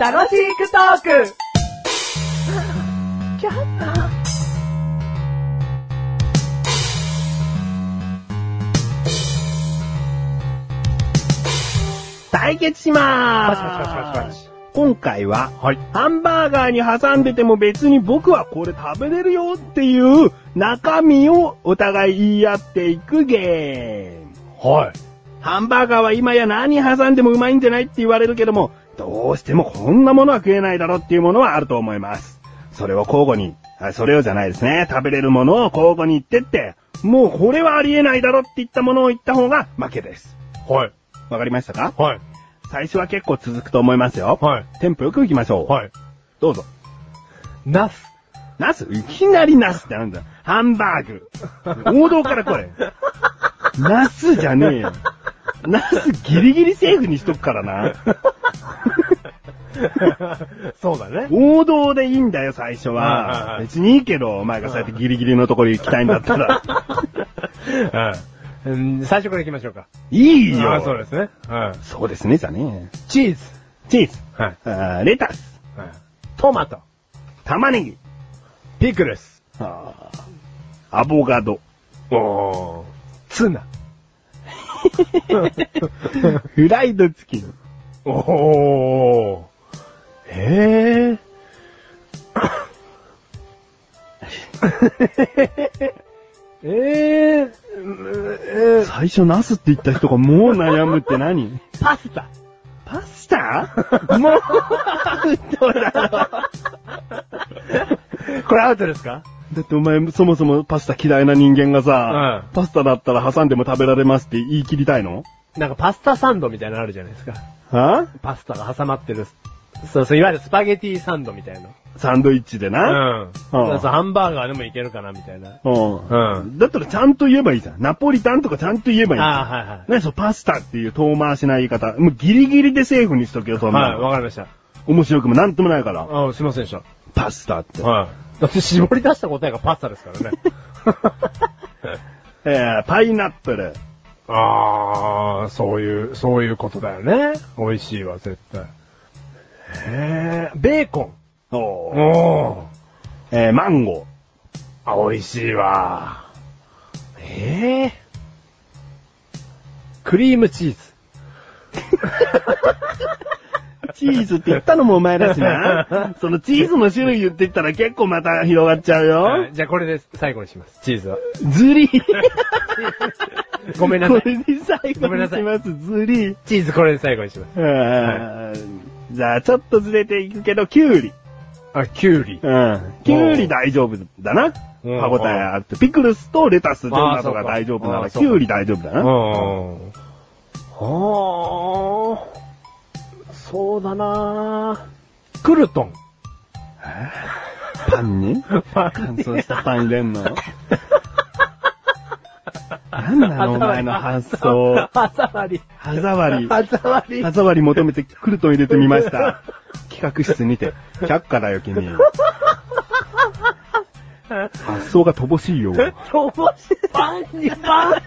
楽しくトーク対決しまーパチすパチパチパチ今回は、はいハンバーガーに挟んでても別に僕はこれ食べれるよっていう中身をお互い言い合っていくゲーム。はい。ハンバーガーは今や何挟んでもうまいんじゃないって言われるけども、どうしてもこんなものは食えないだろっていうものはあると思います。それを交互に、あそれをじゃないですね。食べれるものを交互に言ってって、もうこれはありえないだろって言ったものを言った方が負けです。はい。わかりましたかはい。最初は結構続くと思いますよ。はい。テンポよく行きましょう。はい。どうぞ。ナス。ナスいきなりナスってなんだよハンバーグ。王道から これ。ナスじゃねえよ。ナスギリギリセーフにしとくからな。そうだね。王道でいいんだよ、最初はいはいはは。い別にいいけど、お前がそうやってギリギリのところ行きたいんだった ら。うん。うん最初から行きましょうか。いいあよ。そうですね。うん。そうですね、じゃねえ。チーズ。チーズはい。あー、レタス、はいトマト。玉ねぎ、ピクルス。あーアボガ ド、おー。ツナ。フライドチキン、おー。えー。えーうんえー、最初ナスって言った人がもう悩むって何パスタ。パスタもう、アウト だろ。これアウトですかだってお前そもそもパスタ嫌いな人間がさ、うパスタだったら挟んでも食べられますって言い切りたいのなんかパスタサンドみたいなのあるじゃないですか。はパスタが挟まってる。そうそう、いわゆるスパゲティサンドみたいな。サンドイッチでな。うん。そうそう、ハンバーガーでもいけるかなみたいな。うん。うんだったらちゃんと言えばいいじゃん。ナポリタンとかちゃんと言えばいいじゃん。あーはいはい何そう、パスタっていう遠回しな言い方。もうギリギリでセーフにしとけよ、そんは、ないの。わかりました。面白くもなんともないから。あすいませんでしパスタってた。。はい。だって絞り出した答えがパスタですからね。えー、パイナップル。 あー、そういう、そういうことだよね。美味しいわ、絶対。えー、ベーコおン。ーおー。えー、マンゴあ、美味しいわ。えー。クリームチーズ。ー。チーズって言ったのもお前だしな。 そのチーズの種類言ってったら結構また広がっちゃうはよい。じゃあこれで最後にします。チーズは。ズリー。ごめんなさいこ。れで最後にします、ズリー。チーズこれで最後にします。あーじゃあ、ちょっとずれていくけど、キュウリ。あ、キュウリ。うん。きゅうり大丈夫だな。うん歯応えあって。ピクルスとレタス、どんあなーとか大丈夫なそら、うかきゅうり大丈夫だうな。ん。はあ。そうだなクルトン。パンにパ乾燥したパン入れ んのなんなのお前の発想。歯触り。歯触り。歯触り。歯触り求めてクルトン入れてみました。企画室にて。却下だよ、君。発想が乏しいよ。面白い。パンにパン。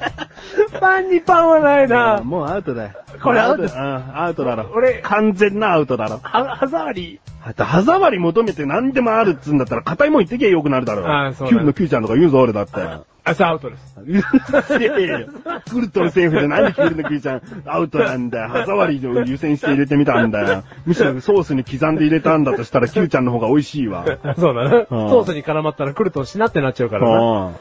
パンにパンはないなもうアウトだよ。これアウトうん、アウトだろ。俺完全なアウトだろ。歯歯触り。あと、歯触り求めて何でもあるっつうんだったら、硬いもん言ってきゃよくなるだろ。あーそうだねキュウリのキュウちゃんとか言うぞ、俺だって。あ、そうアウトです。うっせえよ。クルトンセーフでなんでキュウリのキュウちゃんアウトなんだよ。歯触りを優先して入れてみたんだよ。むしろソースに刻んで入れたんだとしたら、キュウちゃんの方が美味しいわ。あそうだな。うんソースに絡まったらクルトンしなってなっちゃうからな。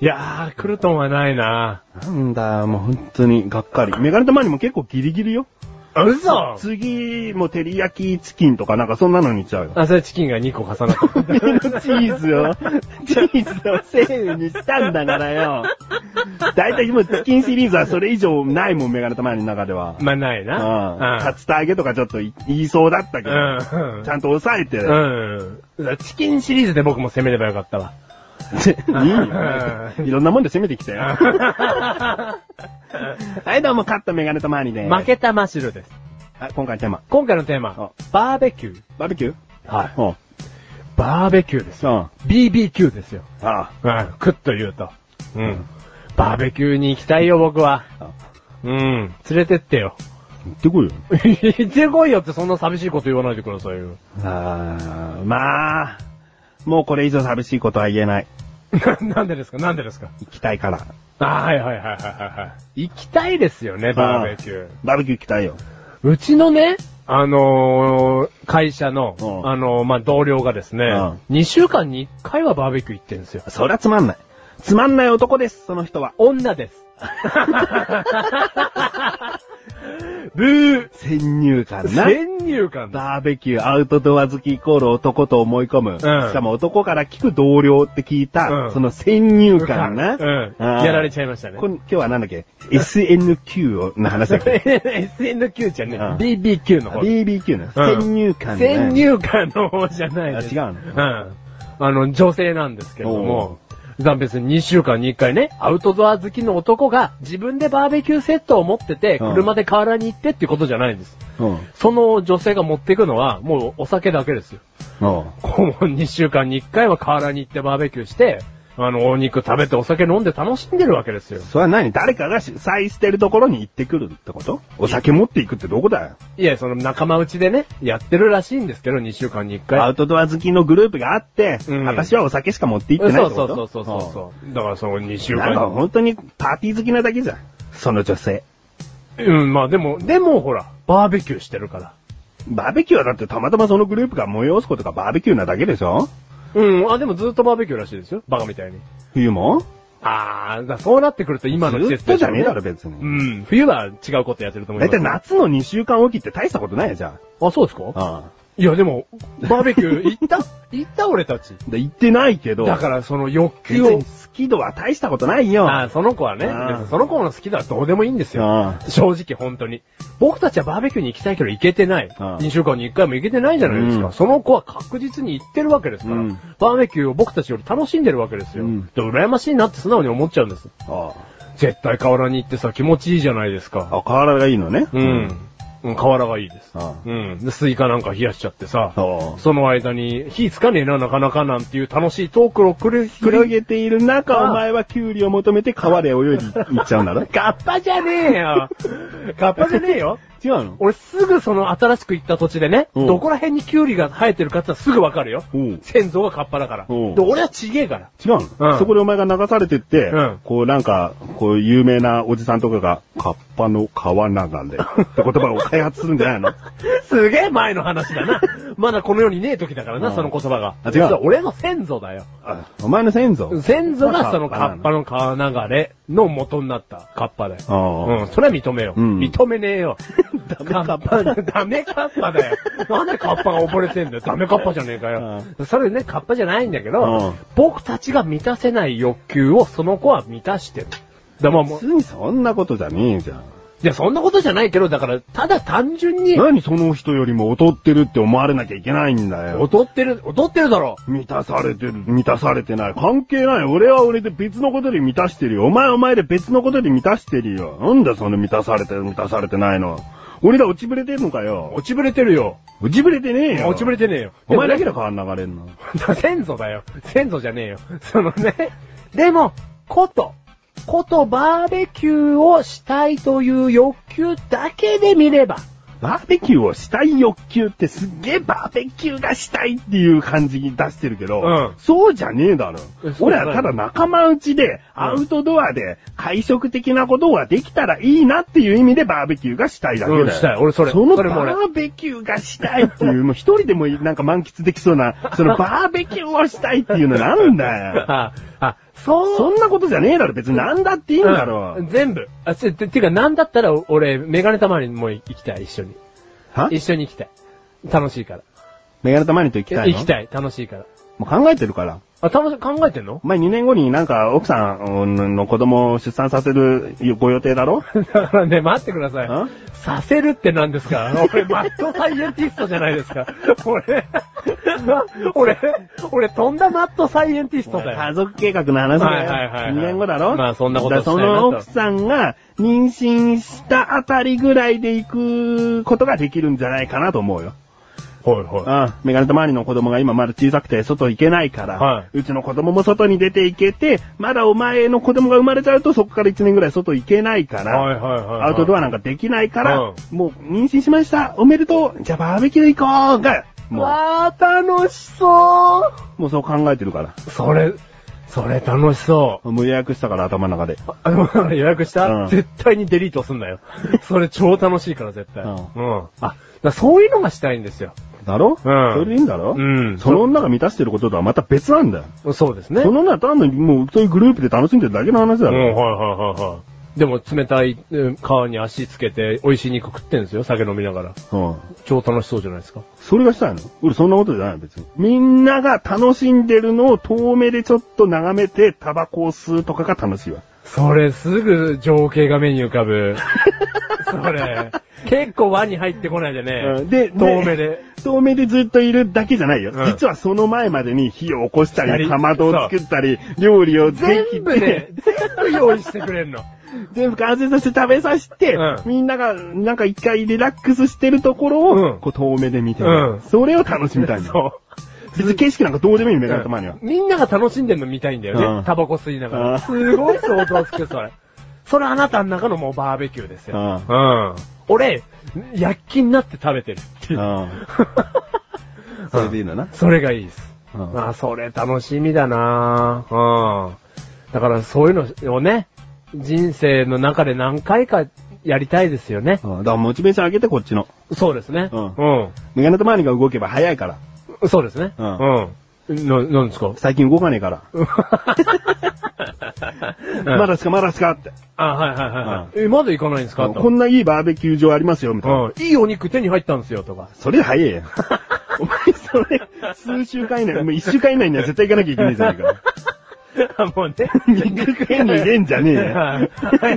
いやー、クルトンはないななんだよ、もう本当にがっかり。メガネたまにも結構ギリギリよ。嘘次、もう照り焼きチキンとかなんかそんなのにしちゃ うよ。あ、それチキンが2個重なってる。チーズを、チーズをセーフにしたんだからよ。だいたいもうチキンシリーズはそれ以上ないもん、メガネたまにの中では。まあ、ないうん。な。竜田揚げとかちょっと言いそうだったけど、うん。うんちゃんと抑えて、うん。うん。チキンシリーズで僕も攻めればよかったわ。 いいよ。いろんなもんで攻めてきたよ。はい、どうも、勝ったメガネとマーニで。負けたマシルです。はい、今回テーマ。今回のテーマ、バーベキュー。バーベキューはい。うん。バーベキューですうよ。ん。あ BBQ ですよ。あ。うん。くっと言うと。 うん。バーベキューに行きたいよ、僕は。うん。連れてってよ。言ってこいよ。言ってこいよってそんな寂しいこと言わないでくださいよ。あー、まあ、もうこれ以上寂しいことは言えない。な、 なんでですかなんでですか行きたいから。あーはいはいはいはいはいはい。行きたいですよね、バーベキュー。バーベキュー行きたいよ。うちのね、あのー会社の、うんあのーまあ、同僚がですね、うん2週間に1回はバーベキュー行ってるんですよ。そりゃつまんない。つまんない男です、その人は。女 です。ブー先入観な。先入観だ。バーベキュー、アウトドア好きイコール男と思い込む。しかも男から聞く同僚って聞いた、うんその先入観な。うん。あーやられちゃいましたねこ。ん今日はなんだっけ ?SNQ の話だっ け SNQ じゃね、うん BBQ の方。 ?BBQ の先入観ね。先入観の方じゃないです。あ違ううん。あの、女性なんですけども、だ別に2週間に1回ね、アウトドア好きの男が自分でバーベキューセットを持ってて、うん車で河原に行ってってことじゃないんです。うん。その女性が持っていくのは、もうお酒だけですよ。うん。こう2週間に1回は河原に行ってバーベキューして、あの、お肉食べてお酒飲んで楽しんでるわけですよ。それは何誰かが主催してるところに行ってくるってことお酒持っていくってどこだよいや、その仲間内でね、やってるらしいんですけど、2週間に1回。アウトドア好きのグループがあって、うん私はお酒しか持って行ってないっそうてそこうとそうそうそうそう。だからその2週うんなんか間に。本当にパーティー好きなだけじゃん。その女性。うん、まあでも、でもほら、バーベキューしてるから。バーベキューはだってたまたまそのグループが催すことがバーベキューなだけでしょうん、あ、でもずっとバーベキューらしいですよ。バカみたいに。冬もあー、だからそうなってくると今の季節ずっとじゃねえだろで別すによねうん、冬は違うことやってると思いだいます。たい夏の2週間おきって大したことないじゃん。あ、そうですかあいやでも、バーベキ ュー行った行った俺たち。あ。で行ってないけど、だからその欲別求にを好。き度は大したことないよ。あー、その子はね、別あーにその子の好きだはどうでもいいんですよ。あ正直本当に。僕たちはバーベキューに行きたいけど行けてない。うん2週間に1回も行けてないじゃないですか。うんその子は確実に行ってるわけですかうら、んバーベキューを僕たちより楽しんでるわけですよ。うんで羨ましいなって素直に思っちゃうんです。あ絶対河原に行ってさ、気持ちいいじゃないですか。あ。河原がいいのね。うん。うん、河原がいいです。ああうん。でスイカなんか冷やしちゃってさ、そう。その間に火つかねえな、なかなかなんていう楽しいトークを繰り広広 げ、げている中、ああお前はキュウリを求めて川で泳いで行っちゃうん だろカッパじゃねえ よカッパじゃねえよ違うの俺すぐその新しく行った土地でね、うんどこら辺にキュウリが生えてるかってのはすぐわかるよ。うん。違う先祖がカッパだから。で、うん俺はちげえから。の、うんそこでお前が流されてって、うんこうなんか、こう有名なおじさんとかが、カッパの川流れって言葉を開発するんじゃない のすげえ前の話だな。まだこの世にねえ時だからな、うんその言葉が。あ違う実は俺の先祖だよ。あお前の先祖先祖がそのカッパの川流れの元になったカッパだよ。ああうん、それは認めよう。うん認めねえよ。 ダメカッパ。 ダメカッパだよ。なんでカッパが溺れてんだよ。ダメカッパじゃねえかよ。それね、カッパじゃないんだけうどん、僕たちが満たせない欲求をその子は満たしてる。だからもう別、にそんなことじゃねえじゃん。いや、そんなことじゃないけど、だから、ただ単純に、何その人よりも劣ってるって思われなきゃいけないんだよ。踊ってる、踊ってるだろ。満たされてる、満たされてない。関係ない。俺は俺で別のことで満たしてるよ。お前はお前で別のことで満たしてるよ。なんだその満たされてる、満たされてないの。俺ら落ちぶれてんのかよ。落ちぶれてるよ。落ちぶれてねえよ。落ちぶれてねえよ。お前だけだから流れんの。 先祖だよ。先祖じゃねえよ。そのね。でも、こと、ことバーベキューをしたいという欲求だけで見れば、バーベキューをしたい欲求ってすっげえバーベキューがしたいっていう感じに出してるけど、うんそうじゃねえだろえ。そうじ俺ゃなはいただ仲間内で、アウトドアで、会食的なことができたらいいなっていう意味でバーベキューがしたいだけだよ。うんしたい俺それそのバそれも俺ーベキューがしたいっていう、もう一人でもなんか満喫できそうな、そのバーベキューをしたいっていうのなんだよ。あ、あ、そう、そんなことじゃねえだろ。別になんだっていいんだろ。うん全部。あ、て、ててか、なんだったら、俺、メガネたまりにも行きたい、一緒に。は一緒に行きたい。楽しいから。メガネたまにと行きたいの行きたい、楽しいから。もう考えてるから。あ、楽し、考えてんの 前2年後になんか奥さんの子供を出産させるご予定だ ろだからね、待ってくださいん。させるって何ですか俺、マッドサイエンティストじゃないですか。俺、 俺、俺、とんだマッドサイエンティストだ家よ。族計画の話だよ。はいはいはいはい2年後だろまあそんなことだからしたいそなとの奥さんが妊娠したあたりぐらいで行くことができるんじゃないかなと思うよ。はいはうん。メガネと周りの子供が今まだ小さくて外行けないから、はうちの子供も外に出て行けて、まだお前の子供が生まれちゃうとそこから1年ぐらい外行けないかい。ら、はいはいはい。アウトドア。アなんかできないから、うんもう妊娠しました、おめでとう、じゃあバーベキュー行こうが、もわー、楽しそうう、もうそう考えてるから。それ、それ楽しそう。もう予約したから頭の中で。あ、でも俺予約した、うん絶対にデリートすんなよ。それ超楽しいから絶対。ううんん。あ、だからそういうのがしたいんですよ。だろうんそれでいいんだろうんその女が満たしてることとはまた別なんだよ。そうですね。その女は単にもうそういうグループで楽しんでるだけの話だうん、ろ。はいはいはいはい。でも冷たいえー川に足つけて美味しい肉食ってんですよ、酒飲みながら。うん。超楽しそうじゃないですか。それがしたいの俺そんなことじゃない別に。みんなが楽しんでるのを遠目でちょっと眺めてタバコを吸うとかが楽しいわ。それすぐ情景が目に浮か ぶ。それ。結構輪に入ってこないでうね。んで遠目で。遠目でずっといるだけじゃないよ。うん実はその前までに火を起こしたやり、りかまどを作ったり、料理をできて全部ね、全部用意してくれんの。全部完成させて食べさせて、うんみんながなんか一回リラックスしてるところを、うんこう遠目で見てる、うんそれを楽しみたいんだよ。そう。別に景色なんかどうでもいいよメガネたまには。みんなが楽しんでるの見たいんだようねん。タバコ吸いながうんら。すごい相当好きそれ。それあなたの中のもうバーベキューですよ。ううん。俺、躍起になって食べてるっていう う。ん。それでいいんだな。それがいいです。うんまあ、それ楽しみだなうん。だからそういうのをね、人生の中で何回かやりたいですよね。うんだからモチベーション上げてこっちの。そうですね。うんうん。メガネたまにが動けば早いから。そうですね。ううん。な、なんですか最近動かねえから。ままだ、だしかまだしかって。あ、はいはいはいはい。え、まだ行かないんですかとこんないいバーベキュー場ありますよ、みたいな。うん。いいお肉手に入ったんですよ、とか。 それ早えよ。お前それ、数週間以内、もう一週間以内には絶対行かなきゃいけないじゃないか。もうね。肉食いに入れんじゃねえよ。 はい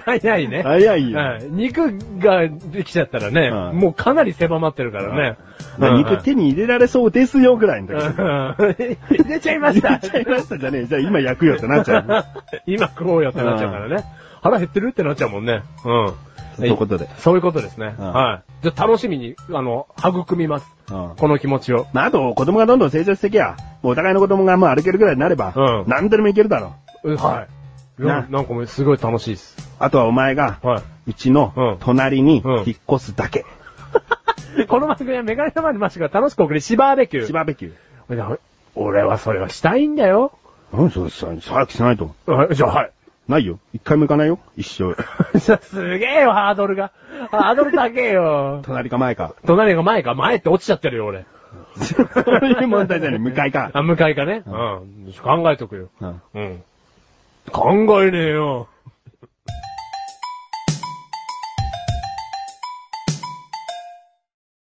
早いね。早いよ。はい肉ができちゃったらね、はいもうかなり狭まってるからね。まあうん肉手に入れられそうですよぐらいの時。うん出ちゃいましやたっちゃいましたじゃねえ。じゃあ今焼くよってなっちゃう。 今食おうよってなっちゃうからね。腹減ってるってなっちゃうもんね。うん。そういうことで。そういうことですね。うんはい。じゃあ楽しみに、あの、育みます。うんこの気持ちを。まあ、あと、子供がどんどん成長してきゃ、もうお互いの子供がもう歩けるぐらいになれば、うん何でもいけるだろう。うんはい。いやななんかもうすごい楽しいです。あとはお前が、はうちの隣にうん引っ越すだけ。い。この番組はメガネ玉にましが楽しくお送り、シバーベキュー。しバーベキュー。いや俺はそれをしたいんだよ。うん、そうです。早くしないと。あじゃあ、はい。ないよ。一回も行かないよ。一生。じゃあ すげえよ、ハードルが。ハードル高えよ。隣か前か。隣が前か、前って落ちちゃってるよ、俺。そういう問題じゃない。向かいか。あ、向かいかね。うん。考えとくよ。うんうん。考えねえよ。